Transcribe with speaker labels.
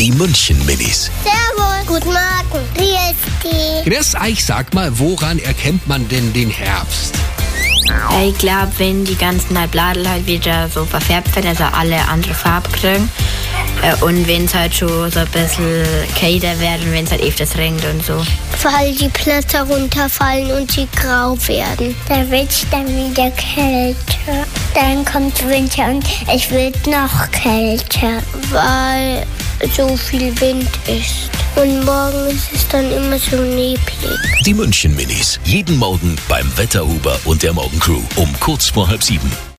Speaker 1: Die München Minis.
Speaker 2: Servus. Guten Morgen. Wie ist die?
Speaker 1: Chris, ich sag mal, woran erkennt man denn den Herbst?
Speaker 3: Ja, Äh, Ich glaube, wenn die ganzen Halbladel halt wieder so verfärbt werden, also alle andere Farbe kriegen. Äh, Und wenn es halt schon so ein bisschen kälter werden, wenn es halt öfters regnet und so.
Speaker 2: Weil die Blätter runterfallen und sie grau werden. Da wird es dann wieder kälter. Dann kommt Winter und es wird noch kälter, weil so viel Wind ist. Und morgen ist es dann immer so neblig.
Speaker 1: Die München Minis. Jeden Morgen beim Wetterhuber und der Morgencrew um kurz vor halb sieben.